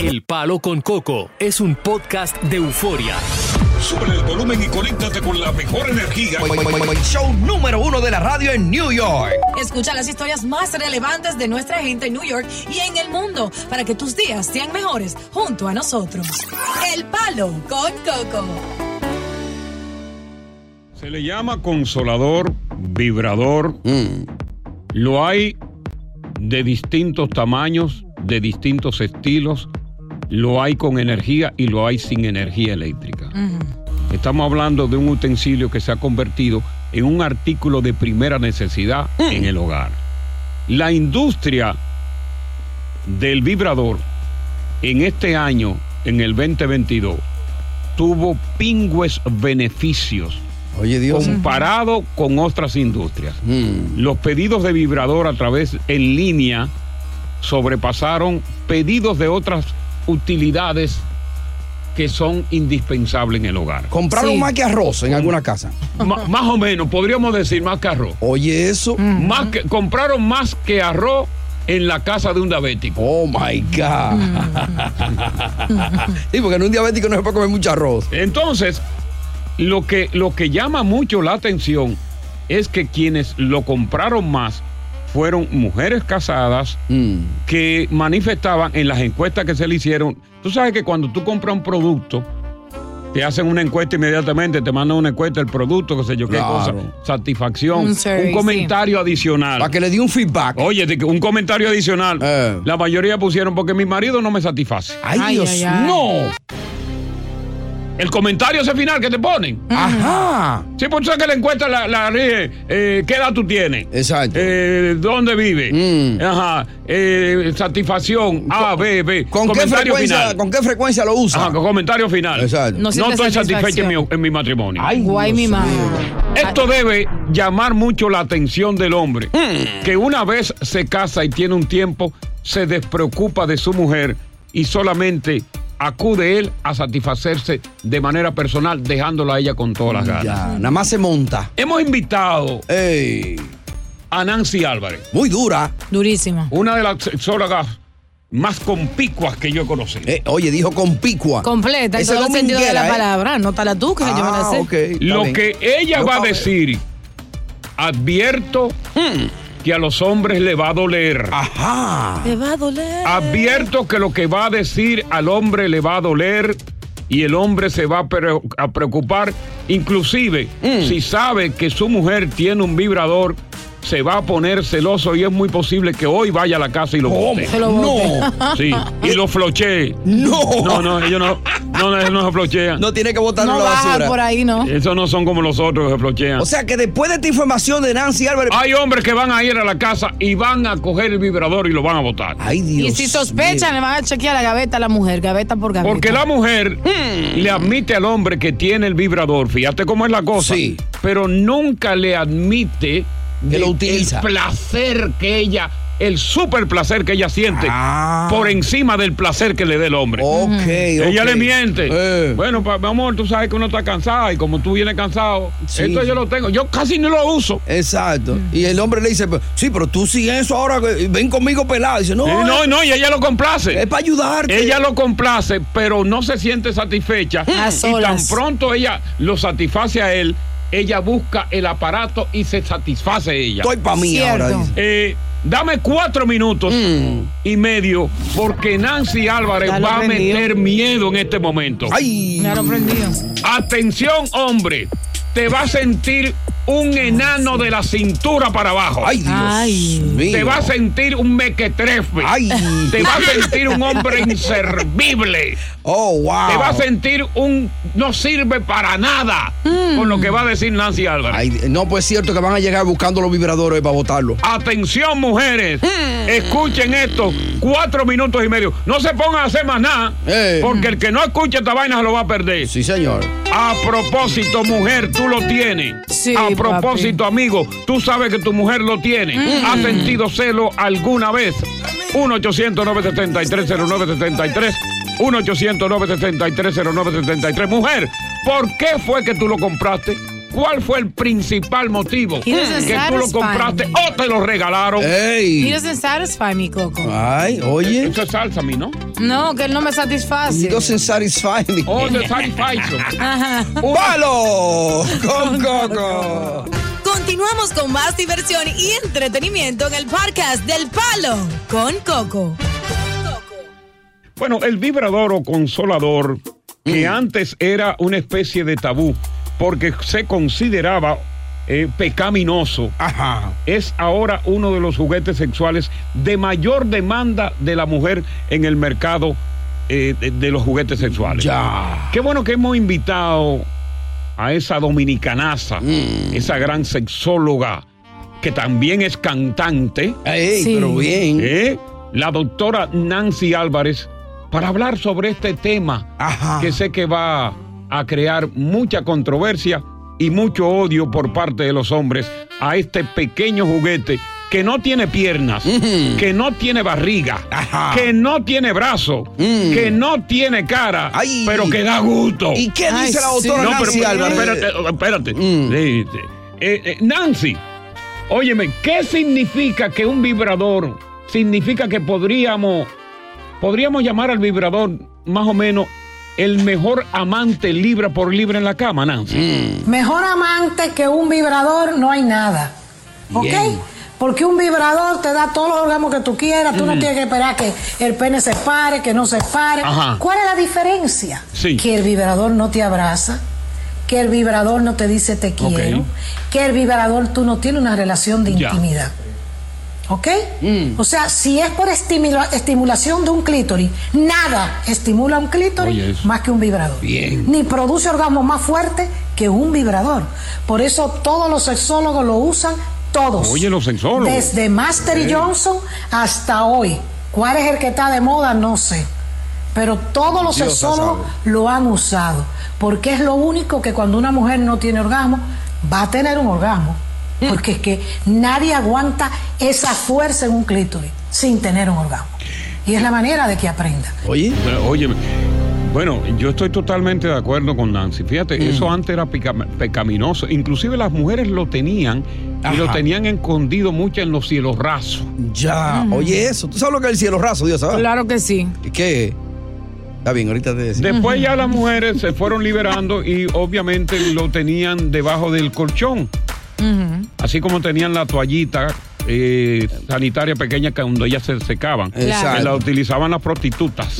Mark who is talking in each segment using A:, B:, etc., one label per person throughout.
A: El Palo con Coco es un podcast de euforia.
B: Sube el volumen y conéctate con la mejor energía.
C: Show número uno de la radio en New York.
D: Escucha las historias más relevantes de nuestra gente en New York y en el mundo para que tus días sean mejores junto a nosotros. El Palo con Coco.
B: Se le llama consolador, vibrador. Lo hay de distintos tamaños, de distintos estilos. Lo hay con energía y lo hay sin energía eléctrica. Estamos hablando de un utensilio que se ha convertido en un artículo de primera necesidad en el hogar. La industria del vibrador en este año, en el 2022, tuvo pingües beneficios
E: Oye, Dios. Mm.
B: comparado con otras industrias. Los pedidos de vibrador a través en línea sobrepasaron pedidos de otras utilidades que son indispensables en el hogar.
E: Compraron
D: Sí.
E: más que arroz
B: Mm.
E: en alguna casa.
B: Ma- más o menos, podríamos decir más que arroz.
E: Oye, eso.
B: Más que- compraron más que arroz en la casa de un diabético.
E: Oh my God. sí, porque en un diabético no se puede comer mucho arroz.
B: Entonces, lo que, lo que llama mucho la atención es que quienes lo compraron más fueron mujeres casadas,
E: Mm.
B: que manifestaban en las encuestas que se le hicieron. Tú sabes que cuando tú compras un producto, te hacen una encuesta inmediatamente, te mandan una encuesta del producto, qué sé yo, qué
E: Claro.
B: cosa, satisfacción,
D: Un
B: un,
D: survey,
B: comentario adicional.
E: Para que le di un feedback.
B: Oye, de que un comentario adicional.
E: Eh.
B: La mayoría pusieron porque mi marido no me satisface.
E: Ay,
D: Ay,
E: Dios.
D: ay, ay.
E: No.
B: El comentario ese final que te ponen.
E: Ah, Ajá.
B: Sí, por eso es que la encuesta la, la rige, eh, ¿qué edad tú tienes?
E: Exacto.
B: Eh, ¿Dónde vive?
E: Mm.
B: Ajá. eh, satisfacción. A, B, B.
E: ¿Con qué,
B: comentario
E: frecuencia,
B: final.
E: ¿Con qué frecuencia lo usa?
B: Ajá, comentario final.
E: Exacto.
D: No
B: No
D: siente
B: estoy satisfecho en
D: satisfacción.
B: mi, en mi matrimonio.
E: Ay,
D: Guay,
E: Dios
D: mi
E: mío.
D: madre.
B: Esto debe llamar mucho la atención del hombre,
E: Mm.
B: que una vez se casa y tiene un tiempo, se despreocupa de su mujer y solamente acude él a satisfacerse de manera personal, dejándola a ella con todas las ganas.
E: Mm, Ya, nada más se monta.
B: Hemos invitado
E: Ey,
B: a Nancy Álvarez,
E: muy dura.
D: Durísima.
B: una de las sexólogas más compicuas que yo he conocido.
E: Eh, oye, dijo con picua.
D: Completa, en
E: Esa
D: todo el sentido de la
E: dominguera, ¿eh?
D: palabra. No la tú, que yo me la
E: Ah,
D: sé.
E: ok, está
B: Lo
E: bien.
B: que ella
E: Yo
B: va a
E: acabo de- Hmm.
B: decir, advierto que a los hombres le va a doler.
E: Ajá.
D: Te va a doler.
B: Advierto que lo que va a decir al hombre le va a doler y el hombre se va a, pre- a preocupar. Inclusive,
E: Mm.
B: si sabe que su mujer tiene un vibrador, se va a poner celoso y es muy posible que hoy vaya a la casa y lo bote.
D: Se lo bote.
E: No.
B: Sí, y lo flochee.
E: No.
B: No, no, ellos no, no, no, ellos no se flochean.
E: No tiene que botarlo
D: No
E: a la
D: baja
E: basura.
D: por ahí, ¿no?
B: Esos no son como los otros que se flochean.
E: O sea que después de esta información de Nancy Álvarez.
B: Hay hombres que van a ir a la casa y van a coger el vibrador y lo van a botar.
E: Ay, Dios.
D: Y si sospechan, le van a chequear la gaveta a la mujer, gaveta por gaveta.
B: Porque la mujer le admite al hombre que tiene el vibrador, fíjate cómo es la cosa,
E: Sí.
B: pero nunca le admite
E: Que lo
B: de-
E: utiliza.
B: el placer que ella el super placer que ella siente
E: Ah.
B: por encima del placer que le dé el hombre.
E: Ok,
B: Ella
E: ok.
B: le miente.
E: Eh.
B: Bueno, pa- mi amor, tú sabes que uno está cansado y como tú vienes cansado,
E: Sí.
B: esto yo lo tengo. Yo casi no lo uso. Mm.
E: Exacto. Y el hombre le dice, sí, pero tú sí eso ahora, eh, ven conmigo pelado. Dice, no,
B: Eh, no,
E: es,
B: no, y ella lo complace.
E: para ayudarte.
B: Ella lo complace, pero no se siente satisfecha.
D: A
B: Y tan
D: solas.
B: pronto ella lo satisface a él, ella busca el aparato y se satisface ella.
E: Estoy para mí
D: Cierto.
E: ahora. dice. Mm.
B: Eh, dame cuatro minutos y medio porque Nancy Álvarez
F: Ya lo
B: va a
F: prendió.
B: meter miedo en este momento.
E: Ay,
D: Ya lo prendido.
B: Atención, hombre, te va a sentir un enano de la cintura para abajo.
E: ay, Dios
D: Ay.
E: mío.
B: te va a sentir un mequetrefe.
E: Ay.
B: Te va a sentir un hombre inservible.
E: Oh, wow.
B: Te va a sentir un no sirve para nada con lo que va a decir Nancy Álvarez.
E: Ay, no, pues es cierto que van a llegar buscando los vibradores para botarlo.
B: Atención, mujeres.
E: Hmm.
B: Escuchen esto. Cuatro minutos y medio. No se pongan a hacer más nada.
E: Eh.
B: Porque el que no escuche esta vaina se lo va a perder.
E: Sí, señor.
B: A propósito, mujer, tú lo tienes.
D: Sí,
B: a propósito, amigo, tú sabes que tu mujer lo tiene. ¿Has sentido celo alguna vez? 1-800-973-0973. 1-800-973-0973. Mujer, ¿por qué fue que tú lo compraste? ¿Cuál fue el principal motivo
D: He doesn't
B: que tú lo
D: satisfy
B: compraste
D: me.
B: o te lo regalaron?
D: He
E: Ey.
D: doesn't satisfy me, Coco.
E: Ay, oye.
B: Eso es salsa, mi, ¿no?
D: No, que él no me satisface.
E: It doesn't satisfy me.
B: Oh, de satisfaction.
E: ¡Palo! Con coco.
D: Continuamos con más diversión y entretenimiento en el podcast del Palo con Coco.
B: Bueno, el vibrador o consolador,
E: Mm.
B: que antes era una especie de tabú, porque se consideraba eh, pecaminoso,
E: Ajá.
B: es ahora uno de los juguetes sexuales de mayor demanda de la mujer en el mercado eh, de, de los juguetes sexuales.
E: Ya.
B: Qué bueno que hemos invitado a esa dominicanaza,
E: Mm.
B: esa gran sexóloga, que también es cantante.
E: Ey,
D: Sí.
E: pero bien.
B: ¿eh? la doctora Nancy Álvarez para hablar sobre este tema
E: Ajá.
B: que sé que va a crear mucha controversia y mucho odio por parte de los hombres a este pequeño juguete que no tiene piernas, que no tiene barriga,
E: Ajá.
B: que no tiene brazo, que no tiene cara,
E: Mm. Ay.
B: pero que da gusto.
E: ¿Y qué
D: Ay,
E: dice la
D: sí.
E: doctora
B: No, pero,
E: Nancy
B: pero,
E: Álvarez? Mm.
B: espérate, espérate. Sí, sí. Eh, eh, Nancy, óyeme, ¿qué significa que un vibrador significa que podríamos podríamos llamar al vibrador más o menos el mejor amante libra por libra en la cama, Nancy?
E: Mm.
F: Mejor amante que un vibrador no hay nada. ¿Ok?
E: Bien.
F: Porque un vibrador te da todos los órganos que tú quieras, tú
B: Mm.
F: no tienes que esperar que el pene se pare, que no se pare.
B: Ajá.
F: ¿Cuál es la diferencia?
B: Sí.
F: Que el vibrador no te abraza, que el vibrador no te dice te quiero, que el vibrador tú no tienes una relación de
B: Ya.
F: intimidad. ¿Ok?
B: Mm.
F: O sea, si es por estimula- estimulación de un clítoris, nada estimula un
B: Oye,
F: clítoris
B: eso.
F: más que un vibrador.
E: Bien.
F: Ni produce orgasmo más fuerte que un vibrador. Por eso todos los sexólogos lo usan, todos.
B: Oye, los sexólogos.
F: Desde Master y Johnson hasta hoy. ¿Cuál es el que está de moda? No sé. Pero todos los
E: Dios la
F: sexólogos lo han usado. Porque es lo único que cuando una mujer no tiene orgasmo, va a tener un orgasmo. Porque es que nadie aguanta esa fuerza en un clítoris sin tener un orgasmo. Y es la manera de que aprenda.
E: Oye.
B: Bueno, Óyeme. Bueno, yo estoy totalmente de acuerdo con Nancy.
E: Mm.
B: Fíjate, eso antes era pica- pecaminoso. Inclusive las mujeres lo tenían y lo
E: Ajá.
B: tenían escondido mucho en los cielos rasos.
E: Ya. Oye, eso. ¿Tú sabes lo que es el cielo raso, Dios sabe?
D: Claro que sí.
E: ¿Y ¿Qué? Está bien, ahorita te decimos.
B: Después ya las mujeres se fueron liberando y obviamente lo tenían debajo del colchón. Así como tenían la toallita eh, sanitaria pequeña que cuando ellas se secaban.
E: Exacto.
B: Que la utilizaban las prostitutas.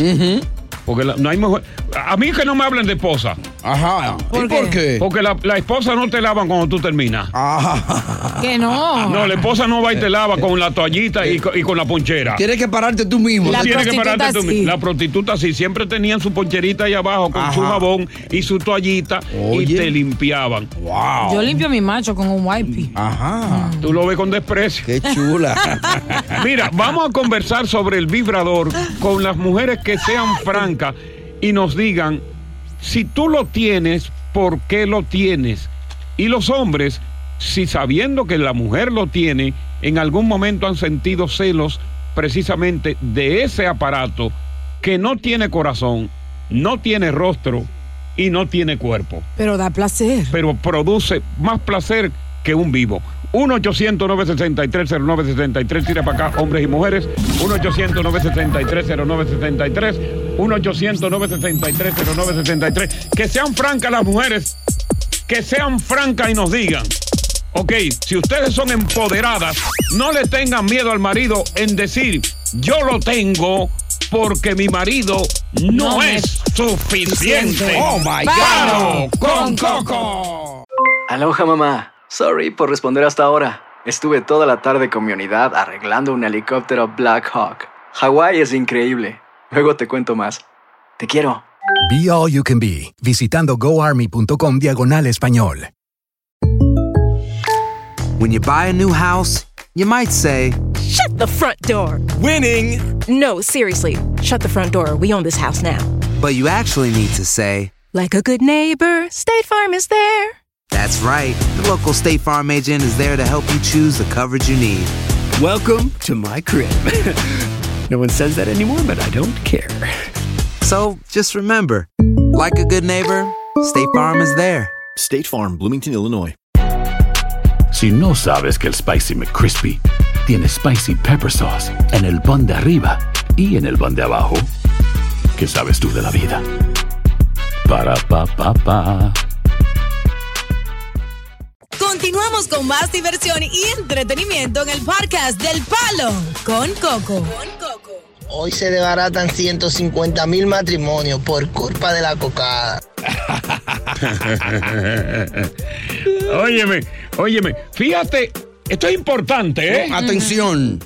B: Porque la- no hay mujer- A mí que no me hablen de esposa.
E: Ajá.
D: ¿Por
E: ¿Y por qué?
B: Porque la, la esposa no te lavan cuando tú terminas.
E: Ajá.
D: Que no.
B: No, la esposa no va y te lava con la toallita y, con- y con la ponchera.
E: Tienes que pararte tú mismo.
D: La-
B: Tienes que
D: prostituta
B: pararte tú
D: sí.
B: mismo. La prostituta sí, siempre tenían su poncherita ahí abajo con su
E: Ajá.
B: jabón y su toallita y
E: Oye.
B: te limpiaban.
E: Wow.
D: Yo limpio mi macho con un wipe.
E: Ajá.
B: Tú lo ves con desprecio.
E: Qué chula.
B: Mira, vamos a conversar sobre el vibrador con las mujeres que sean francas y nos digan si tú lo tienes, ¿por qué lo tienes? Y los hombres, si sabiendo que la mujer lo tiene, en algún momento han sentido celos precisamente de ese aparato que no tiene corazón, no tiene rostro y no tiene cuerpo,
D: Pero da placer.
B: pero produce más placer que un vivo. 1-800-963-0963, tira para acá, hombres y mujeres. 1-800-963-0963, 1-800-963-0963. Que sean francas las mujeres, que sean francas y nos digan. Ok, si ustedes son empoderadas, no le tengan miedo al marido en decir, yo lo tengo porque mi marido no,
D: No
B: es suficiente.
E: Oh my God.
B: Palo con coco.
G: Aloha mamá. Sorry por responder hasta ahora. Estuve toda la tarde con mi unidad arreglando un helicóptero Black Hawk. Hawái es increíble. Luego te cuento más. Te quiero.
H: Be All You Can Be, visitando goarmy.com diagonal español.
I: When you buy a new house, you might say,
J: Shut the front door. Winning. No, seriously. Shut the front door. We own this house now.
I: but you actually need to say,
J: Like a good neighbor, State Farm is there.
I: That's right. The local State Farm agent is there to help you choose the coverage you need.
G: Welcome to my crib. no one says that anymore, but I don't care.
I: So just remember, like a good neighbor, State Farm is there.
K: State Farm, Bloomington, Illinois. Si no sabes que el Spicy McCrispy tiene Spicy Pepper Sauce en el pan de arriba y en el pan de abajo, ¿qué sabes tú de la vida? Para, pa, pa, pa.
D: Continuamos con más diversión y entretenimiento en el podcast del Palo con Coco.
L: Hoy se desbaratan 150 mil matrimonios por culpa de la cocada.
B: óyeme, óyeme, fíjate, esto es importante, ¿eh?
E: No, atención.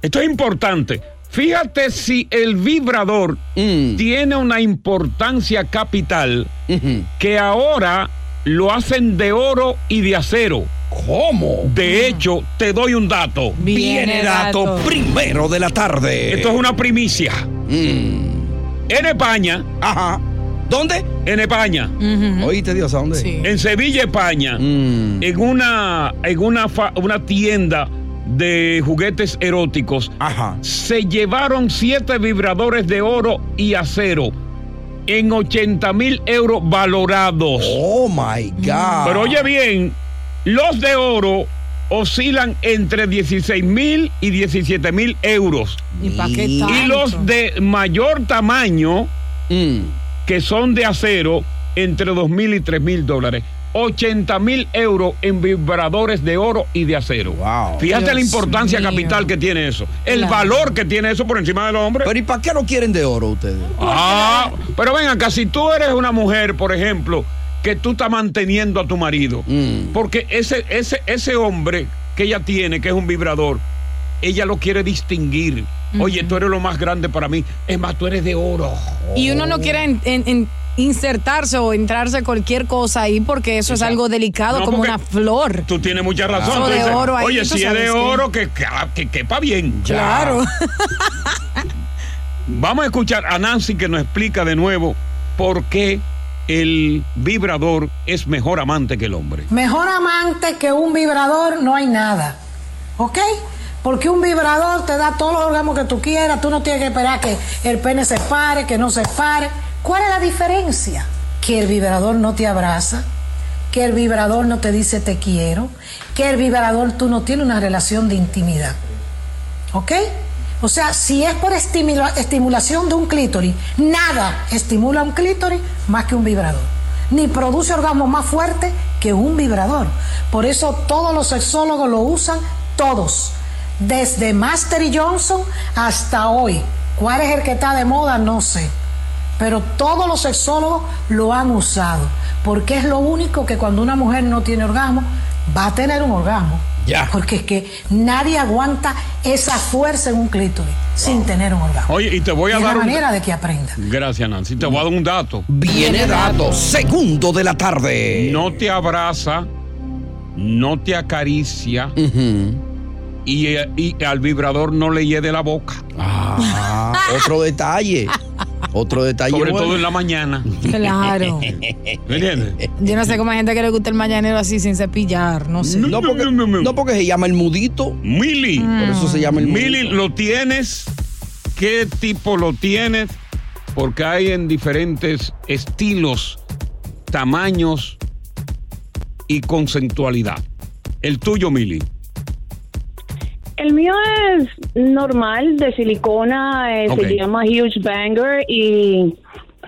B: Esto es importante. Fíjate si el vibrador
E: Mm.
B: tiene una importancia capital que ahora lo hacen de oro y de acero. ¿Cómo?
E: Mm.
B: De hecho, te doy un dato.
E: Viene dato primero de la tarde.
B: Esto es una primicia. En España.
E: Mm. Ajá. ¿Dónde?
B: En España.
E: Oíste, Dios, ¿a dónde?
B: En Sevilla, España, en una en una, fa- una tienda de juguetes eróticos, se llevaron siete vibradores de oro y acero en 80 mil euros valorados.
E: Oh my God.
B: Pero oye bien, los de oro oscilan entre 16 mil y 17 mil euros.
D: ¿Y pa' qué
B: Y
D: tanto?
B: los de mayor tamaño, que son de acero, entre 2 mil y 3 mil dólares. 80 mil euros en vibradores de oro y de acero. Fíjate la
E: Dios
B: importancia
E: mío.
B: capital que tiene eso. El
E: Claro.
B: valor que tiene eso por encima del hombre.
E: Pero ¿y para qué no quieren de oro ustedes?
B: Ah, pero ven acá, si tú eres una mujer, por ejemplo, que tú estás manteniendo a tu marido, porque ese, ese, ese hombre que ella tiene, que es un vibrador, ella lo quiere distinguir. Oye, tú eres lo más grande para mí. Es más, tú eres de oro.
D: Y uno no quiere en- en- en insertarse o entrarse cualquier cosa ahí porque eso es algo delicado
B: No,
D: como
B: porque
D: una flor.
B: Tú tienes mucha razón.
D: Eso
B: Tú
D: de
B: dices,
D: oro ahí,
B: Oye,
D: tú
B: si es
D: sabes
B: de
D: que-
B: oro, que, ca- que quepa bien. Ya.
D: Claro.
B: Vamos a escuchar a Nancy que nos explica de nuevo por qué el vibrador es mejor amante que el hombre.
F: Mejor amante que un vibrador no hay nada. ¿Ok? Porque un vibrador te da todos los órganos que tú quieras, tú no tienes que esperar que el pene se pare, que no se pare. ¿Cuál es la diferencia? Que el vibrador no te abraza, que el vibrador no te dice te quiero, que el vibrador tú no tienes una relación de intimidad. ¿Ok? O sea, si es por estimula- estimulación de un clítoris, nada estimula un clítoris más que un vibrador. Ni produce orgasmo más fuerte que un vibrador. Por eso todos los sexólogos lo usan, todos. Desde Master y Johnson hasta hoy. ¿Cuál es el que está de moda? No sé. Pero todos los sexólogos lo han usado. Porque es lo único que cuando una mujer no tiene orgasmo, va a tener un orgasmo. Porque es que nadie aguanta esa fuerza en un clítoris sin tener un orgasmo.
B: Oye, y te voy a
F: es la
B: dar un...
F: manera de que aprenda.
B: Gracias, Nancy. Te voy a dar un dato.
E: Viene dato segundo de la tarde.
B: No te abraza, no te acaricia y, eh, y al vibrador no le hiede la boca.
E: Ah, otro Ah, detalle. Otro detalle.
B: Sobre
E: bueno.
B: todo en la mañana.
D: Claro.
B: ¿Me entiendes?
D: Yo no sé cómo hay gente que le gusta el mañanero así sin cepillar, no sé.
E: No porque, no porque se llama el mudito.
B: Mili.
E: Por eso se llama el
B: Mili, ¿lo tienes? ¿Qué tipo lo tienes? Porque hay en diferentes estilos, tamaños y conceptualidad. El tuyo, Mili.
M: El mío es normal, de silicona, eh,
B: Ok.
M: se llama Huge Banger y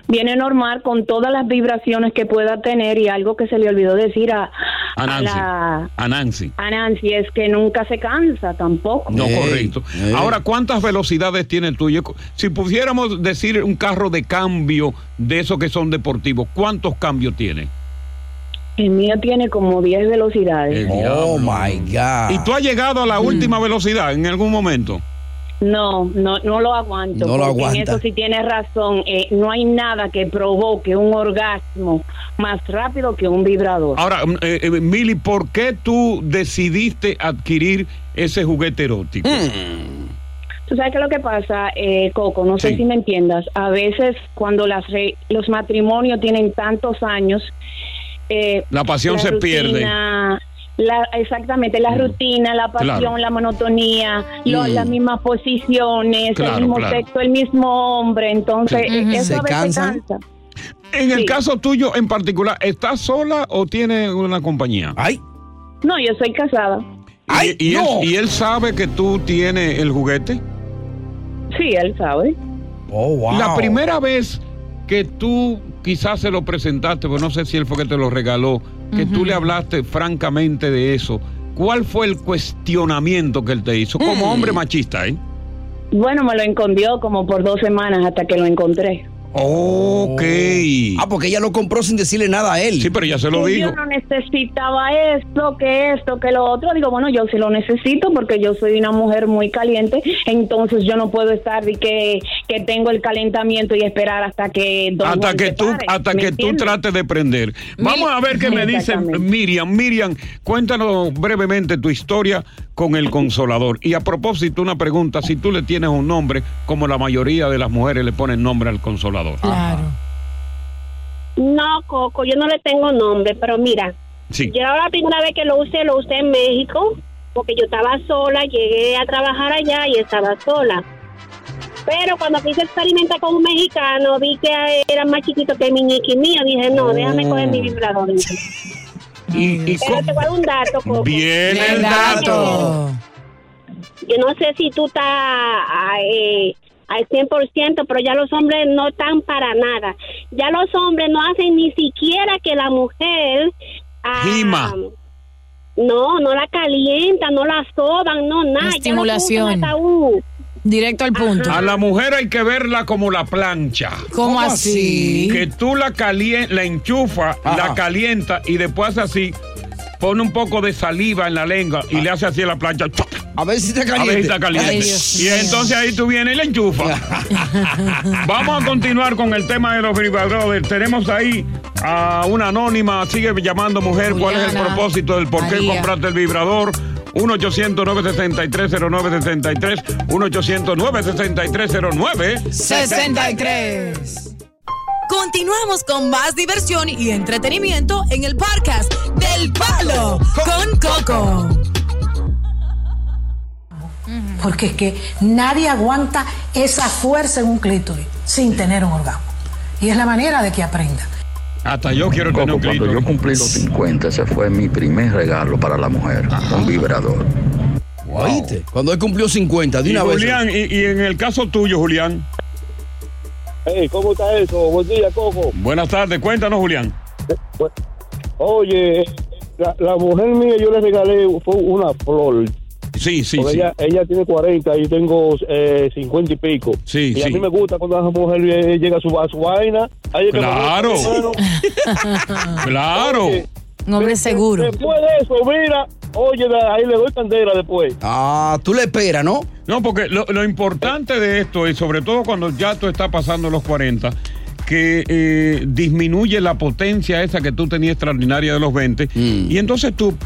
M: viene normal con todas las vibraciones que pueda tener y algo que se le olvidó decir a,
B: A
M: a
B: Nancy.
M: la,
B: A Nancy.
M: a Nancy es que nunca se cansa tampoco.
B: No, correcto. Ahora, ¿cuántas velocidades tiene el tuyo? Si pudiéramos decir un carro de cambio de esos que son deportivos, ¿cuántos cambios tiene?
M: El mío tiene como 10 velocidades.
E: Oh my God.
B: ¿Y tú has llegado a
M: Mm.
B: la última velocidad en algún momento?
M: No, no, no lo aguanto.
B: No lo
M: porque En
B: aguanta.
M: eso sí tienes razón. eh, no hay nada que provoque un orgasmo más rápido que un vibrador.
B: Ahora, mm, eh, eh, Mili, ¿por qué tú decidiste adquirir ese juguete erótico?
E: Mm.
M: Tú sabes que lo que pasa, eh, Coco, no sé si me entiendas. A veces cuando las re- los matrimonios tienen tantos años, eh,
B: La pasión se pierde. Mm.
M: rutina, la- exactamente, la rutina, la pasión,
B: Claro.
M: la monotonía, lo-
B: Mm.
M: las mismas posiciones,
B: Claro,
M: el mismo
B: claro.
M: sexo, el mismo hombre. Entonces,
B: Sí.
M: eh,
B: Ujú.
M: eso
B: ¿Se
M: a veces
B: cansan?
M: cansa.
B: En el caso tuyo en particular, ¿estás sola o tienes una compañía?
E: ¡Ay!
M: No, yo soy casada.
B: y, y él, ¿Y él sabe que tú tienes el juguete?
M: Sí, él sabe.
E: Oh,
B: La primera vez que tú quizás se lo presentaste, pues no sé si él fue que te lo regaló, que tú le hablaste francamente de eso, ¿cuál fue el cuestionamiento que él te hizo? Como
E: Mm.
B: hombre machista, ¿eh?
M: Bueno, me lo escondió como por dos semanas hasta que lo encontré.
B: Ok.
E: Ah, porque ella lo compró sin decirle nada a él. Sí,
B: pero ya se
M: Que Yo no necesitaba esto, que esto, que lo otro. Digo, bueno, yo sí lo necesito porque yo soy una mujer muy caliente, entonces yo no puedo estar de que, que tengo el calentamiento y esperar hasta que Don
B: hasta
M: Juan
B: que
M: se
B: tú
M: pare,
B: hasta
M: ¿me
B: que tú
M: entiendes?
B: trates de prender. Vamos a ver qué me dice
M: Exactamente.
B: Miriam. Miriam, cuéntanos brevemente tu historia con el consolador. Y a propósito, una pregunta, si tú le tienes un nombre, como la mayoría de las mujeres le ponen nombre al consolador.
N: No, Coco, yo no le tengo nombre, pero mira,
B: Sí.
N: yo la primera vez que lo usé, lo usé en México, porque yo estaba sola, llegué a trabajar allá y estaba sola. Pero cuando quise experimentar con un mexicano, vi que era más chiquito que mi ñiqui mío, dije, no, déjame coger mi vibrador.
B: Oh. Y, y
N: Pero te voy a dar un dato, Coco.
B: Bien el dato.
N: Yo no sé si tú estás ah, eh, al 100%, pero ya los hombres no están para nada. Ya los hombres no hacen ni siquiera que la mujer... ah,
B: Gima.
N: No, no la calientan, no la soban, no nada. Ya los hombres usan hasta un-
D: Directo al punto.
B: A la mujer hay que verla como la plancha.
D: ¿Cómo ¿Cómo así? así?
B: Que tú la calien- la enchufa, la calienta y después hace así, pone un poco de saliva en la lengua y le hace así a la plancha.
E: Ah. A ver si está
B: A ver
E: caliente.
B: si está caliente.
E: Ay, Dios
B: y
E: mío.
B: entonces ahí tú vienes y la enchufa. Vamos a continuar con el tema de los vibradores. Tenemos ahí a una anónima, sigue llamando mujer, cuál es el
O: Juliana,
B: propósito del por qué
O: María.
B: compraste el vibrador. 1-800-963-0963, 1-800-963-0963.
D: 63. Continuamos con más diversión y entretenimiento en el podcast del Palo con Coco.
F: Porque es que nadie aguanta esa fuerza en un clítoris sin tener un orgasmo. Y es la manera de que aprenda.
B: Hasta yo quiero
P: tener un Cuando yo cumplí los 50, ese fue mi primer regalo para la mujer, un vibrador.
E: Oíste, Cuando él cumplió 50, de
B: Y
E: una vez.
B: Julián, y, y en el caso tuyo, Julián.
Q: ¿Cómo está eso? Buen día, Coco.
B: Buenas tardes, cuéntanos, Julián.
Q: Oye, la, la mujer mía yo le regalé fue una flor.
B: Sí, sí,
Q: Porque
B: sí.
Q: Ella, ella tiene 40 y yo tengo eh, 50 y pico.
B: Sí,
Q: y a
B: sí.
Q: mí me gusta cuando la mujer eh, llega a su, a su vaina. ahí es que me gusta,
B: Claro.
Q: hermano.
B: Claro.
Q: Oye,
D: Un hombre seguro.
Q: Después de eso, mira, oye, da- ahí le doy candela después.
E: Ah, tú le esperas, ¿no?
B: No, porque lo, lo importante de esto es, sobre todo cuando ya tú estás pasando los 40, que eh, disminuye la potencia esa que tú tenías extraordinaria de los 20.
E: Mm.
B: Y entonces tú,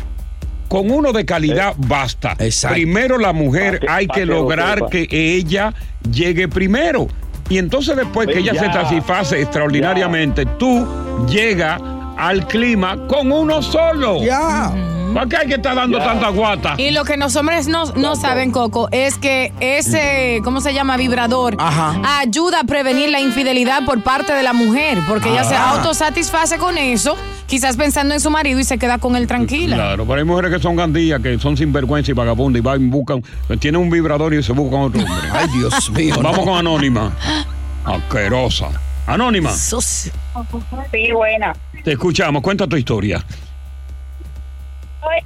B: con uno de calidad, basta. Primero la mujer,
O: Pa' que-
B: hay
O: pa'
B: que
O: que lo
B: lograr
O: sepa.
B: que ella llegue primero. Y entonces después que ella se satisface extraordinariamente, tú llegas al clima con uno solo.
E: Ya.
B: ¿Para qué hay que estar dando tanta guata?
D: Y lo que los hombres no, no saben, Coco, es que ese, ¿cómo se llama? Vibrador
B: Ajá.
D: ayuda a prevenir la infidelidad por parte de la mujer, porque ella se
B: Ah.
D: autosatisface con eso, quizás pensando en su marido y se queda con él tranquila.
B: Claro, pero hay mujeres que son gandillas, que son sinvergüenza y vagabundas y van y buscan, tienen un vibrador y se buscan otro hombre.
E: Ay, Dios mío,
B: Vamos
E: no.
B: con Anónima. Asquerosa. Anónima,
O: Sí, buena.
B: te escuchamos, cuenta tu historia.
O: Pues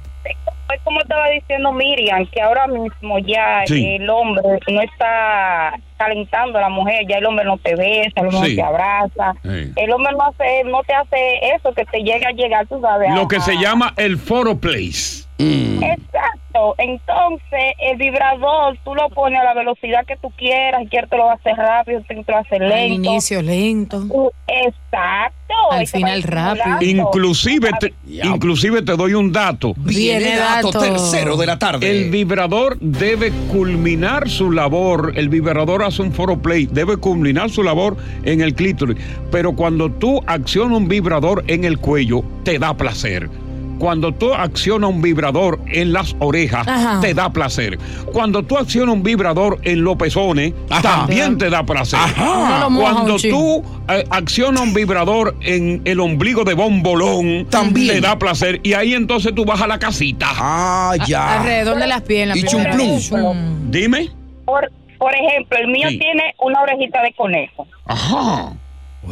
O: como estaba diciendo Miriam, que ahora mismo ya
B: Sí.
O: el hombre no está calentando a la mujer, ya el hombre no te besa, el hombre
B: Sí.
O: no te abraza,
B: Sí.
O: el hombre no hace, no te hace eso que te llega a llegar, tú sabes.
B: Lo que
O: a-
B: se llama el foro place.
E: Mm.
O: Exacto. Entonces, el vibrador tú lo pones a la velocidad que tú quieras. Si quieres, te lo va a hacer rápido, si quieres, te lo va a hacer lento.
D: Al inicio lento.
O: Exacto.
D: Al
O: Y te
D: final
O: va a ir
D: rápido.
B: Inclusive te, inclusive te doy un dato.
D: Viene dato dato. tercero de
E: la tarde.
B: El vibrador debe culminar su labor. El vibrador hace un foro play. Debe culminar su labor en el clítoris. Pero cuando tú accionas un vibrador en el cuello, te da placer. Cuando tú accionas un vibrador en las orejas,
R: Ajá.
B: te da placer. Cuando tú accionas un vibrador en los pezones, también te da placer.
R: Ajá. No lo moja
B: Cuando
R: un chin.
B: tú eh, acciona un vibrador en el ombligo de bombolón, también te da placer. Y ahí entonces tú vas a la casita.
E: Ah,
D: Alrededor de las piernas.
B: Y
D: primero.
B: chumplum. Dime.
O: Por, por ejemplo, el mío
B: Sí.
O: tiene una orejita de conejo.
B: Ajá.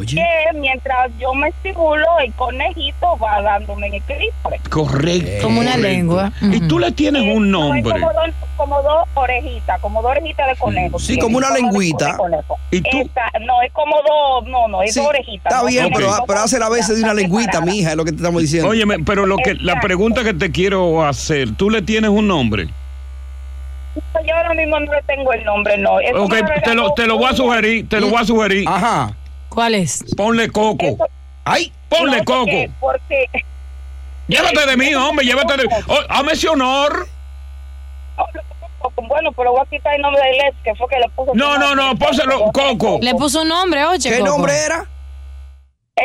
O: Que mientras yo me estimulo, el conejito va dándome en el clítoris.
B: Correcto.
O: Como una
B: correcto.
O: lengua.
B: Y tú le tienes un
O: Como
B: nombre.
O: dos, como dos orejitas, como dos orejitas de conejo.
B: Sí, como una
O: dos orejitas
B: lengüita.
O: de conejo.
B: ¿Y tú?
O: Esa- no, es como dos, no, no, es
E: Sí,
O: dos orejitas.
E: Está
O: no
E: bien,
O: tiene
E: pero, ah,
O: dos
E: pero hace a veces de una lengüita, mija, es lo que te estamos diciendo.
B: Óyeme, pero lo que la pregunta que te quiero hacer, tú le tienes un nombre.
O: orejitas. Yo ahora mismo no le tengo el nombre, no. Eso
B: Ok,
O: me lo
B: te lo,
O: regaló
B: te lo voy a sugerir, te lo voy a sugerir.
E: Ajá.
D: ¿Cuál es?
B: Ponle coco. Ay, ponle
O: No,
B: coco.
O: porque- Porque
B: Llévate de mí, hombre, llévate de mí. Oh, hazme ese honor.
O: Bueno, pero voy a quitar el nombre de Les, que fue que le puso.
B: No, no, no, pónselo, coco.
D: Le puso un nombre, oye. Coco.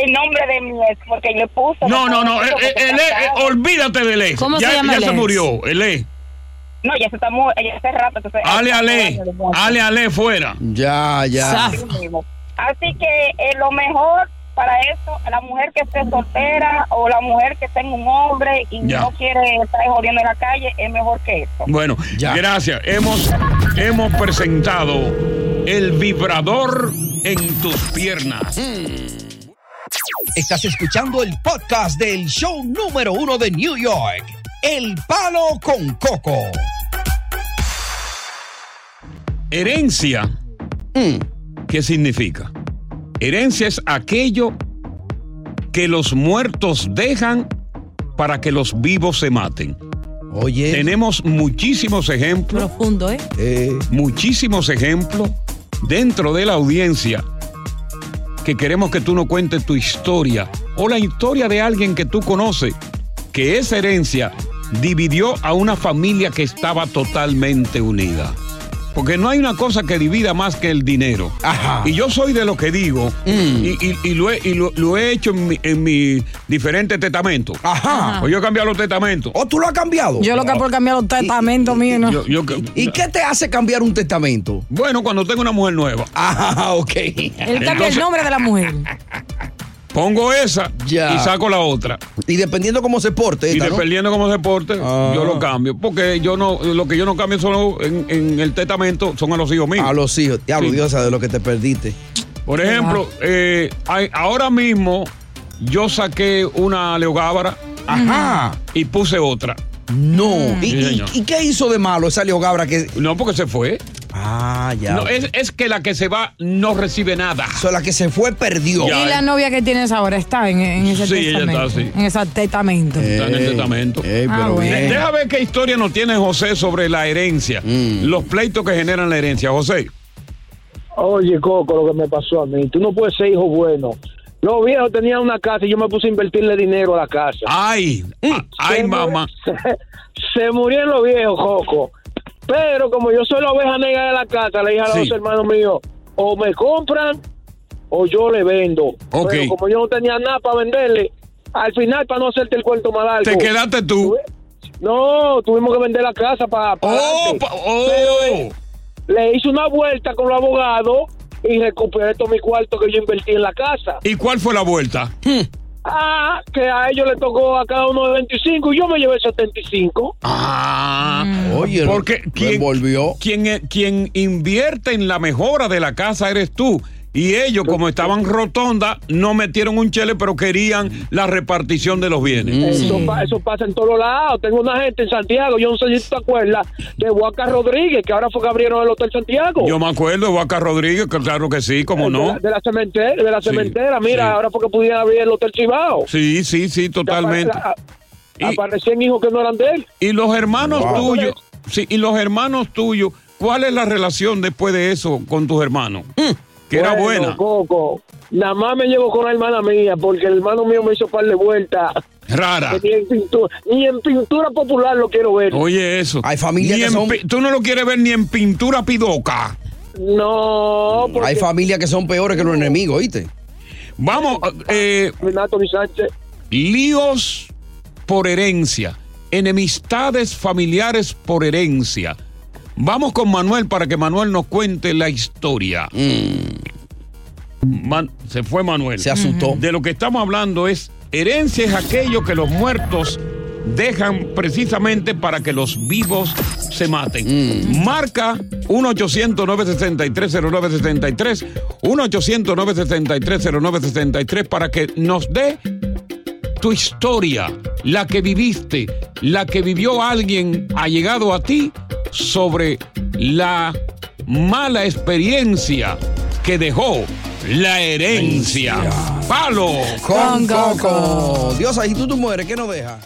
O: El nombre de mi ex, porque le puso.
B: No, no, no, eh,
O: porque
B: eh,
O: se
B: el E, eh,
O: casaba.
B: olvídate del E.
O: ¿Cómo
B: ya,
O: se llama
B: ya
O: el
B: se
O: ex?
B: murió, el E.
O: No, ya se está mu- ya hace rato que se.
B: Ale, ale, ale, ale, fuera.
E: Ya,
O: Así mismo. Así que eh, lo mejor para eso, la mujer que esté soltera o la mujer que tenga un hombre y
B: Ya.
O: no quiere estar jodiendo en la calle, es mejor que eso.
B: Bueno, gracias. Hemos, hemos presentado el vibrador en tus piernas.
O: Mm.
C: Estás escuchando el podcast del show número uno de New York, El Palo con Coco.
B: Herencia,
O: Mm.
B: ¿qué significa? Herencia es aquello que los muertos dejan para que los vivos se maten.
E: Oye.
B: Tenemos muchísimos ejemplos.
D: Profundo, ¿eh?
B: Muchísimos ejemplos dentro de la audiencia que queremos que tú nos cuentes tu historia o la historia de alguien que tú conoces, que esa herencia dividió a una familia que estaba totalmente unida. Porque no hay una cosa que divida más que el dinero. Y yo soy de lo que digo,
E: Mm.
B: y, y- y lo he, y lo- lo he hecho en mi, en mi diferentes testamentos.
E: Ajá.
B: O yo he cambiado los testamentos.
E: ¿O tú lo has cambiado?
D: Yo lo que por cambiar los testamentos míos, ¿no?
B: Yo- yo-
E: ¿Y qué te hace cambiar un testamento?
B: Bueno, cuando tengo una mujer nueva.
E: Ah, ok.
D: Él cambia el nombre de la mujer.
B: Pongo esa y saco la otra.
E: Y dependiendo cómo se porte.
B: Y
E: esta, ¿no?
B: dependiendo cómo se porte,
E: Ah.
B: yo lo cambio. Porque yo no, lo que yo no cambio solo en, en el testamento son a los hijos míos.
E: A los hijos. Diablo,
B: Sí.
E: Dios sabe lo que te perdiste.
B: Por ejemplo, eh, hay- ahora mismo yo saqué una leogábara
E: Ajá.
B: y puse otra.
E: No. ¿Y,
D: Mm.
B: Mm. Sí,
E: y-
B: señor.
E: y qué hizo de malo esa Leogabra que.?
B: No, porque se fue.
E: Ah, ya.
B: No, es, es que la que se va no recibe nada.
E: O sea, la que se fue perdió.
D: Y la novia que tienes ahora está en, en ese
B: Sí, ella
D: testamento.
B: está así.
D: En ese testamento.
B: Está en el testamento.
D: Ah, pero bueno. bien.
B: Deja ver qué historia nos tiene José sobre la herencia.
E: Mm.
B: Los pleitos que generan la herencia. José.
Q: Oye, Coco, lo que me pasó a mí. Tú no puedes ser hijo bueno. Los viejos tenían una casa y yo me puse a invertirle dinero a la casa.
B: Ay,
S: Mm.
B: ay, mamá.
Q: Se murieron los viejos, Coco. Pero como yo soy la oveja negra de la casa, le dije a los
B: Sí.
Q: dos hermanos míos,
S: o me compran o yo le vendo.
B: Ok.
S: Pero como yo no tenía nada para venderle, al final, para no hacerte el cuento más largo.
B: Te quedaste tú.
S: No, tuvimos que vender la casa para.
B: oh, Pero eh,
S: le hice una vuelta con los abogados y recuperé todo mi cuarto que yo invertí en la casa.
B: ¿Y cuál fue la vuelta?
S: Ah, que a ellos le tocó a cada uno de 25 y yo me llevé 75.
B: Ah, oye, porque quien, Quien, eh, quien invierte en la mejora de la casa eres tú. Y ellos, como estaban rotonda, no metieron un chele, pero querían la repartición de los bienes.
S: Eso, pa- eso pasa en todos lados. Tengo una gente en Santiago, yo no sé si tú te acuerdas, de Huaca Rodríguez, que ahora fue que abrieron el Hotel Santiago.
B: Yo me acuerdo de Vaca Rodríguez, que claro que sí, como
S: De
B: no.
S: la, de la cementera, de la
B: Sí,
S: cementera. mira,
B: sí.
S: ahora fue que pudieron abrir el Hotel Chivao.
B: Sí, sí, sí, totalmente.
S: Aparecían hijos que no eran de él.
B: Y los hermanos tuyos, sí, y los hermanos tuyos, ¿cuál es la relación después de eso con tus hermanos? Mm, Que era
S: Bueno,
B: buena.
S: Coco, nada más me llevo con la hermana mía, porque el hermano mío me hizo par de vueltas.
B: Rara. Oh.
S: Que Ni en, pintura, ni en pintura popular lo quiero ver.
B: Oye, eso. Hay
S: familias que son-
B: Tú no lo quieres ver ni en pintura pidoca.
S: No, porque-
E: Mm, Hay familias que son peores que los enemigos, ¿oíste?
B: Vamos, eh, líos por herencia, enemistades familiares por herencia. Vamos con Manuel para que Manuel nos cuente la historia. Man- se fue Manuel. Mm. Se asustó. De lo que estamos hablando es herencia es aquello que los muertos dejan precisamente para que los vivos se maten. Marca 1-800-963-0963, 1-800-963-0963 para que nos dé tu historia, la que viviste, la que vivió alguien ha llegado a ti sobre la mala experiencia que dejó la herencia. Palo
E: Con Coco. Dios, ahí tú tú mueres, ¿qué nos deja?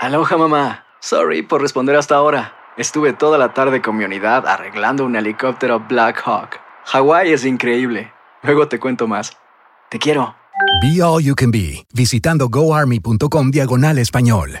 G: Aloha mamá. Sorry por responder hasta ahora. Estuve toda la tarde con mi unidad arreglando un helicóptero Black Hawk. Hawái es increíble. Luego te cuento más. Te quiero.
H: Be All You Can Be, visitando goarmy.com diagonal español.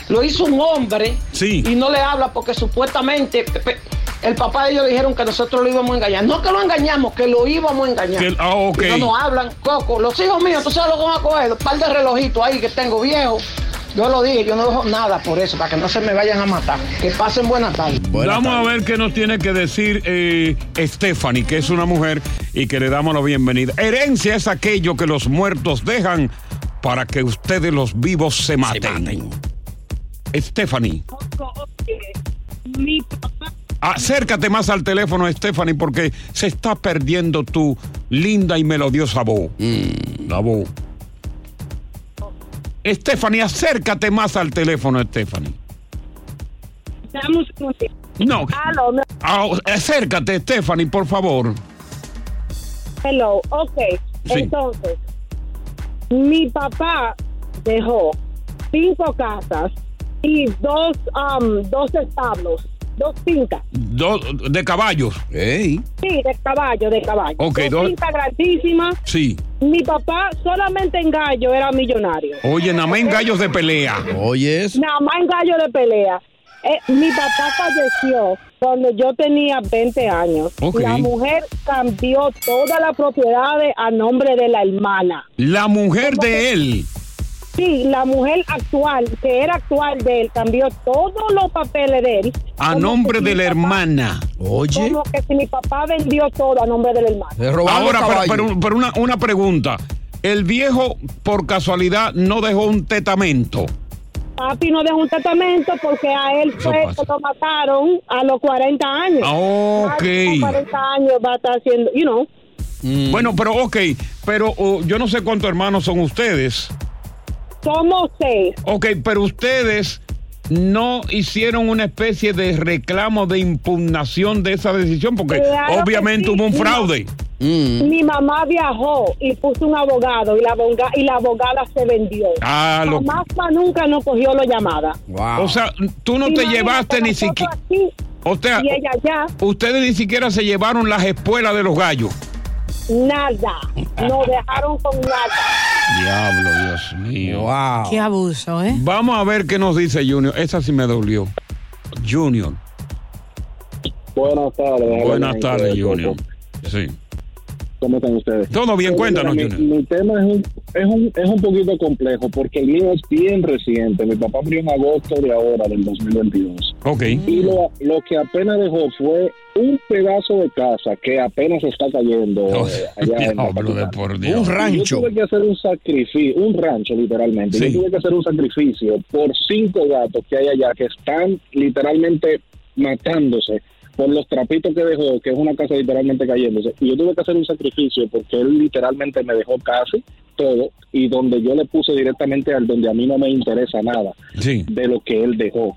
T: Lo hizo un hombre
B: Sí.
T: y no le habla porque supuestamente pe- el papá de ellos le dijeron que nosotros lo íbamos a engañar. No que lo engañamos, que lo íbamos a engañar.
B: Que- ah, ok.
T: Y No nos hablan, Coco. Los hijos míos, tú sabes lo que van a coger, un par de relojitos ahí que tengo viejos. Yo lo dije, yo no dejo nada por eso, para que no se me vayan a matar. Que pasen buena tarde.
B: Vamos a ver qué nos tiene que decir eh, Stephanie, que es una mujer y que le damos la bienvenida. Herencia es aquello que los muertos dejan para que ustedes los vivos se maten. Stephanie,
R: Mi papá
B: acércate más al teléfono, Stephanie, porque se está perdiendo tu linda y melodiosa voz. La voz. Stephanie, acércate más al teléfono, Stephanie.
R: estamos
B: No. Ah, acércate, Stephanie, por favor.
R: Hello, ok.
B: Sí.
R: Entonces, mi papá dejó cinco casas y dos, um, dos establos, dos fincas.
B: Dos de caballos.
R: Sí, de caballo, de caballo.
B: Ok,
R: dos
B: dos-
R: fincas grandísimas.
B: Sí.
R: Mi papá solamente en gallo era millonario.
B: Oye, amén gallos de pelea. Oye,
R: Nada más en gallo de pelea. Eh, mi papá falleció cuando yo tenía 20 años.
B: Ok.
R: La mujer cambió todas las propiedades a nombre de la hermana.
B: La mujer de él.
R: Sí, la mujer actual, que era actual de él, cambió todos los papeles de él.
B: A nombre de la hermana. Oye.
R: Como que si mi papá vendió todo a nombre del hermano.
B: Ahora, pero, pero- pero una, una pregunta. El viejo, por casualidad, no dejó un testamento.
N: Papi no dejó un testamento porque a él fue que lo mataron a los 40 años.
B: Ah, ok.
N: A los 40 años va a estar haciendo, you know.
B: Bueno, pero ok, pero oh, yo no sé cuántos hermanos son ustedes.
N: Somos seis.
B: Ok, pero ustedes no hicieron una especie de reclamo de impugnación de esa decisión porque
N: Claro que
B: obviamente
N: sí.
B: hubo un
N: No.
B: fraude.
R: Mm.
N: Mi mamá viajó y puso un abogado y la, abonga- y la abogada se vendió.
B: Ah, lo-
N: Jamás pa' nunca no cogió la llamada.
B: O sea, tú no te
N: Imagínate,
B: llevaste ni siquiera. O sea,
N: y ella ya.
B: ustedes ni siquiera se llevaron las espuelas de los gallos.
N: Nada.
B: Ah.
N: Nos dejaron con nada.
B: Diablo, Dios mío. Wow.
D: Qué abuso, ¿eh?
B: Vamos a ver qué nos dice Junior. Esa sí me dolió. Junior.
Q: Buenas tardes.
B: Buenas tardes, Junior. Sí.
Q: ¿Cómo están ustedes?
B: Todo bien,
Q: Eh,
B: cuéntanos,
Q: mira, mi, mi tema es un, es, un, es un poquito complejo porque el mío es bien reciente. Mi papá murió en agosto de ahora, del 2022.
B: Ok.
Q: Y lo, lo que apenas dejó fue un pedazo de casa que apenas está cayendo. eh, allá en la
B: Oh, Diablo de por Dios.
Q: Y Yo tuve que hacer un sacrificio, un rancho literalmente.
B: Sí.
Q: Yo tuve que hacer un sacrificio por cinco gatos que hay allá que están literalmente matándose por los trapitos que dejó, que es una casa literalmente cayéndose. Y yo tuve que hacer un sacrificio porque él literalmente me dejó casi todo y donde yo le puse directamente al donde a mí no me interesa nada
B: Sí.
Q: de lo que él dejó.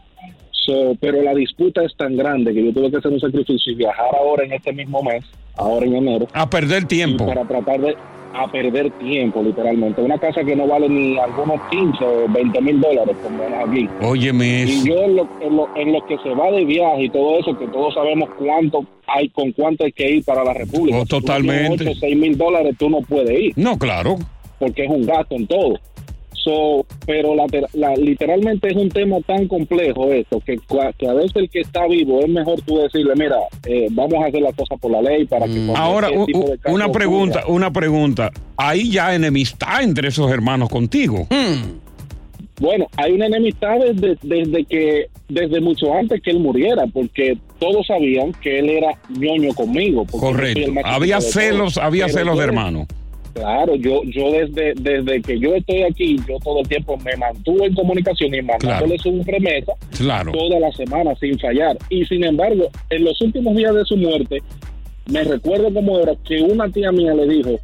Q: So, pero la disputa es tan grande que yo tuve que hacer un sacrificio y viajar ahora en este mismo mes, ahora en enero.
B: A perder tiempo.
Q: Para tratar de a perder tiempo, literalmente. Una casa que no vale ni algunos 15 o 20 mil dólares, como es aquí.
B: Óyeme
Q: Y
B: eso.
Q: yo en lo, en, lo, en lo que se va de viaje y todo eso, que todos sabemos cuánto hay, con cuánto hay que ir para la República.
B: Oh, totalmente.
Q: 6 mil dólares tú no puedes ir.
B: No, claro.
Q: Porque es un gasto en todo. So, pero la, la- literalmente es un tema tan complejo esto, que, cua- que a veces el que está vivo es mejor tú decirle, mira, eh, vamos a hacer las cosas por la ley para que... cuando
B: Mm. Ahora,
Q: este
B: u-
Q: tipo de
B: u-
Q: caso
B: una
Q: ocurra,
B: pregunta, una pregunta. Hay ya enemistad entre esos hermanos contigo.
Q: Bueno, hay una enemistad desde, desde que desde mucho antes que él muriera, porque todos sabían que él era ñoño conmigo. porque yo soy
B: Correcto.
Q: el más chiquito
B: Había
Q: de todos.
B: celos, había
Q: Pero
B: celos
Q: yo-
B: de hermano.
Q: Claro, yo yo desde desde que yo estoy aquí, yo todo el tiempo me mantuve en comunicación y mandándoles un remesa
B: Claro.
Q: toda la semana sin fallar. Y sin embargo, en los últimos días de su muerte, me recuerdo como era que una tía mía le dijo,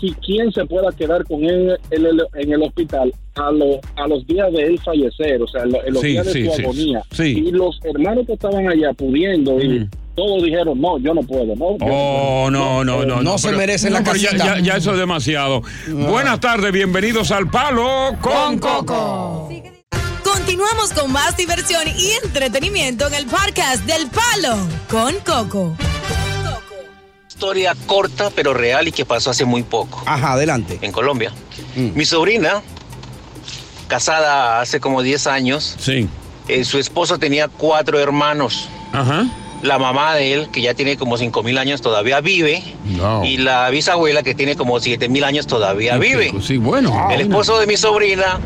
Q: si quien se pueda quedar con él en el, en el hospital a, lo- a los días de él fallecer, o sea, en lo- en los
B: Sí,
Q: días de
B: sí,
Q: su
B: sí,
Q: agonía.
B: sí. Mm.
Q: Y los hermanos que estaban allá pudiendo y todos dijeron, no, yo no puedo, no. yo no
B: Oh, no, no, no.
Q: No se merece la
B: pero ya-
Q: casita.
B: Ya, ya eso es demasiado. Buenas tardes, bienvenidos al Palo Ah. con Coco.
D: Continuamos con más diversión y entretenimiento en el podcast del Palo con Coco.
T: historia corta pero real y que pasó hace muy poco. Ajá, adelante. Mm. En Colombia. Mi sobrina, casada hace como 10 años, eh,
B: sí.
T: su esposo tenía cuatro hermanos.
B: Ajá.
T: La mamá de él, que ya tiene como 5.000 años, todavía vive. Y la bisabuela, que tiene como 7.000 años, todavía vive. Ah,
B: Sí, bueno.
T: El esposo de mi sobrina,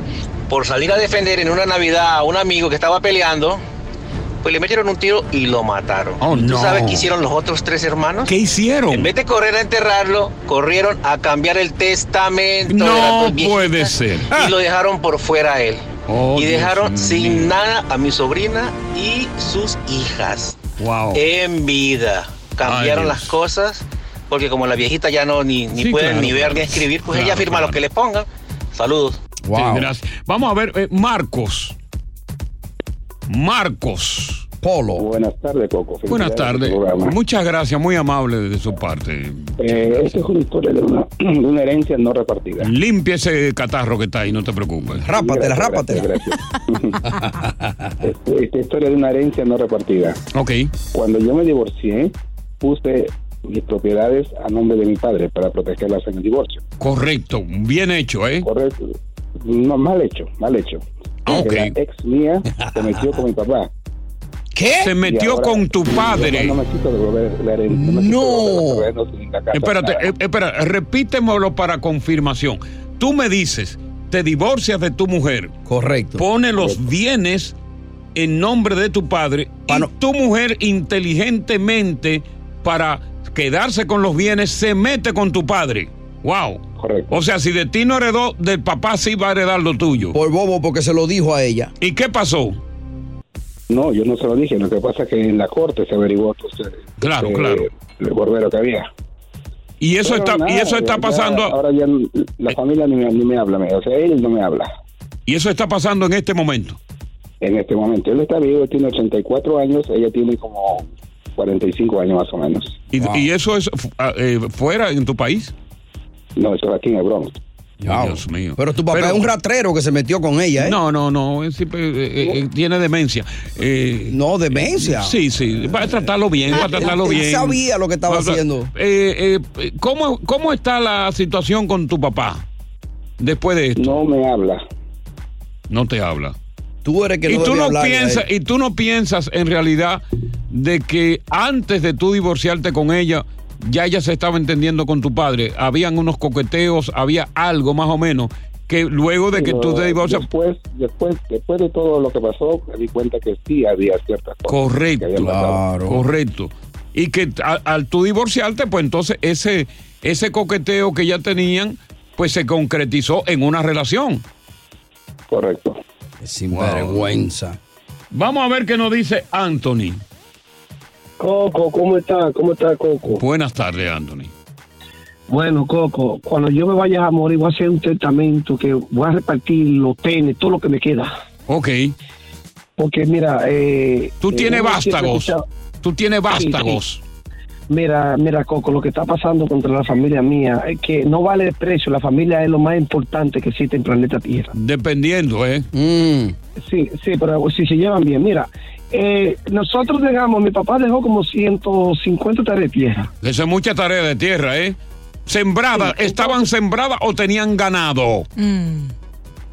T: por salir a defender en una Navidad a un amigo que estaba peleando, pues le metieron un tiro y lo mataron.
B: Oh, no.
T: ¿Tú sabes qué hicieron los otros tres hermanos?
B: ¿Qué hicieron?
T: En vez de correr a enterrarlo, corrieron a cambiar el testamento. de las
B: No
T: dos viejitas
B: puede ser.
T: Y lo dejaron por fuera a él.
B: Ah. Oh,
T: y
B: Dios
T: dejaron
B: mío.
T: sin nada a mi sobrina y sus hijas.
B: Wow.
T: En vida. Cambiaron
B: Ay, Dios.
T: las cosas porque como la viejita ya no ni, ni
B: Sí,
T: puede
B: claro,
T: ni ver
B: claro.
T: ni escribir, pues
B: Claro,
T: ella firma
B: claro.
T: lo que le pongan. Saludos.
B: Sí, gracias. Vamos a ver, eh, Marcos. Marcos.
Q: Polo. Buenas tardes, Coco.
B: Buenas tardes. Muchas gracias, muy amable de su parte.
Q: Eh, esta es una historia de una, de una herencia no repartida.
B: Limpia ese catarro que está ahí, no te preocupes.
Q: Rápatela, rápatela. Este- Esta historia de una herencia no repartida.
B: Ok.
Q: Cuando yo me divorcié, puse mis propiedades a nombre de mi padre para protegerlas en el divorcio.
B: Correcto, bien hecho, ¿eh? Ah,
Q: Correcto. No, mal hecho, mal hecho. La ex mía se metió con mi papá.
B: ¿Qué? Se metió con tu
Q: mi
B: padre.
Q: papá No me quiso devolver la herencia. No. me quiso devolver los terrenos ni la casa,
B: Espérate,
Q: nada.
B: eh, espera, repítemelo para confirmación. Tú me dices, te divorcias de tu mujer. Correcto. Pone los bienes en nombre de tu padre y tu mujer inteligentemente para quedarse con los bienes se mete con tu padre. Wow. Correcto. O sea, si de ti no heredó, del papá sí va a heredar lo tuyo.
E: Por bobo, porque se lo dijo a ella.
B: ¿Y qué pasó?
Q: No, yo no se lo dije. Lo que pasa es que en la corte se averiguó entonces,
B: Claro,
Q: eh,
B: claro.
Q: el borbero que había.
B: Y eso
Q: Pero
B: está, y
Q: nada,
B: eso está
Q: ya-
B: pasando.
Q: Ahora ya n- la familia ni me, ni me habla, me- o sea, él no me habla.
B: Y eso está pasando en este momento.
Q: En este momento, él está vivo, tiene 84 años, ella tiene como 45 años más o menos.
B: ¿Y, y eso es fu- ah, eh, fuera en tu país?
Q: No, eso aquí en el Bronx.
B: Dios mío.
E: Pero tu papá
B: Pero-
E: es un ratrero que se metió con ella, ¿eh?
B: No, no, no. es simple, eh, eh, eh, tiene demencia. Eh,
E: no, demencia.
B: Sí, sí. Va a tratarlo bien, va a tratarlo
E: Él
B: bien.
E: sabía lo que estaba
B: Va a tra-
E: haciendo.
B: Eh, eh, ¿cómo, ¿Cómo está la situación con tu papá después de esto?
Q: No me habla.
B: No te habla.
E: Tú eres que
B: y
E: no
B: tú
E: debes
B: no
E: hablarle a
B: piensas
E: él.
B: y tú no piensas en realidad de que antes de tú divorciarte con ella ya ella se estaba entendiendo con tu padre habían unos coqueteos había algo más o menos que luego de que tú
Q: Pero
B: te divorcias
Q: Después, después, después de todo lo que pasó, me di cuenta que sí había ciertas cosas.
B: correcto correcto y que a- al tú divorciarte pues entonces ese ese coqueteo que ya tenían pues se concretizó en una relación
Q: correcto
E: Sinvergüenza.
B: vamos a ver qué nos dice Anthony
U: Coco, ¿cómo está? ¿Cómo está Coco?
B: buenas tardes Anthony
U: Bueno, Coco, cuando yo me vaya a morir voy a hacer un testamento que voy a repartir los tenis, todo lo que me queda.
B: ok
U: Porque mira, eh,
B: Tú tienes
U: eh, uno siempre
B: vástagos.
U: escucha-
B: Tú tienes
U: sí.
B: vástagos.
U: Mira, mira, Coco, lo que está pasando contra la familia mía es que no vale el precio. La familia es lo más importante que existe en planeta Tierra.
B: Dependiendo, ¿eh?
U: Sí, sí, pero si se llevan bien. Mira, eh, nosotros dejamos, mi papá dejó como 150 tareas de tierra.
B: Esa es mucha tarea de tierra, ¿eh? Sembrada, ¿estaban sembradas o tenían ganado?
U: Mm.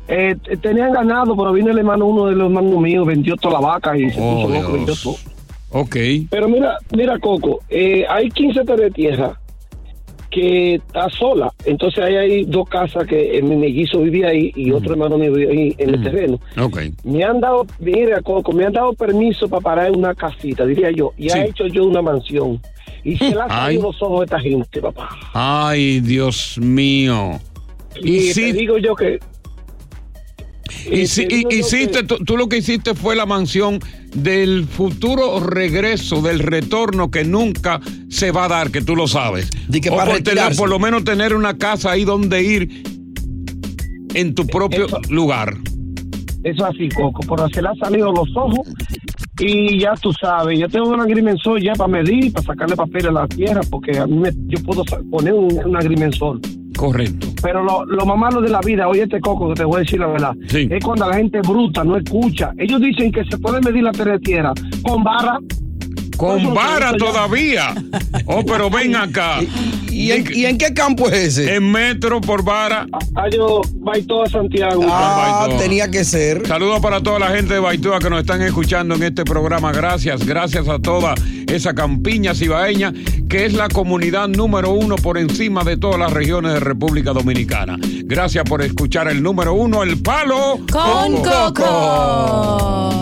U: Eh, t- tenían ganado, pero vino el hermano, uno de los hermanos míos, vendió toda la vaca y se
B: Oh,
U: puso loco,
B: Dios.
U: vendió todo.
B: Ok.
U: Pero mira, mira Coco, eh, hay 15 hectáreas de tierra que está sola. Entonces ahí hay dos casas que eh, mi mellizo vivía ahí y
B: Mm.
U: otro hermano mío vivía ahí en el terreno.
B: Ok.
U: Me han dado, mira Coco, me han dado permiso para parar en una casita, diría yo, y ha hecho yo una mansión. Y se la han
B: Ay.
U: salido los ojos de esta gente, papá.
B: Ay, Dios mío. Y,
U: te
B: si-
U: digo yo que...
B: y
U: eh,
B: si-
U: te
B: y-
U: digo yo
B: hiciste,
U: que-
B: tú, tú lo que hiciste fue la mansión del futuro regreso, del retorno que nunca se va a dar, que tú lo sabes.
E: que
B: o
E: para
B: por, tener-
E: retirarse.
B: por lo menos tener una casa ahí donde ir en tu propio lugar.
U: Eso así, Coco, pero se le han salido los ojos y ya tú sabes, yo tengo un agrimensor ya para medir, para sacarle papel a la tierra, porque a mí me- yo puedo sa- poner un, un agrimensor.
B: Correcto.
U: Pero lo, lo más malo de la vida, oye este Coco, que te voy a decir la verdad, es cuando la gente es bruta, no escucha. Ellos dicen que se puede medir la tierra de tierra con barra.
B: Con vara todavía. Oh, pero ven acá.
E: ¿Y en, y en qué campo es ese?
B: En metro por vara.
U: Ah, yo a Santiago.
E: Ah, tenía que ser.
B: Saludos para toda la gente de Baitoa que nos están escuchando en este programa. Gracias, gracias a toda esa campiña cibaeña que es la comunidad número uno por encima de todas las regiones de República Dominicana. Gracias por escuchar el número uno, El Palo
D: Con Coco.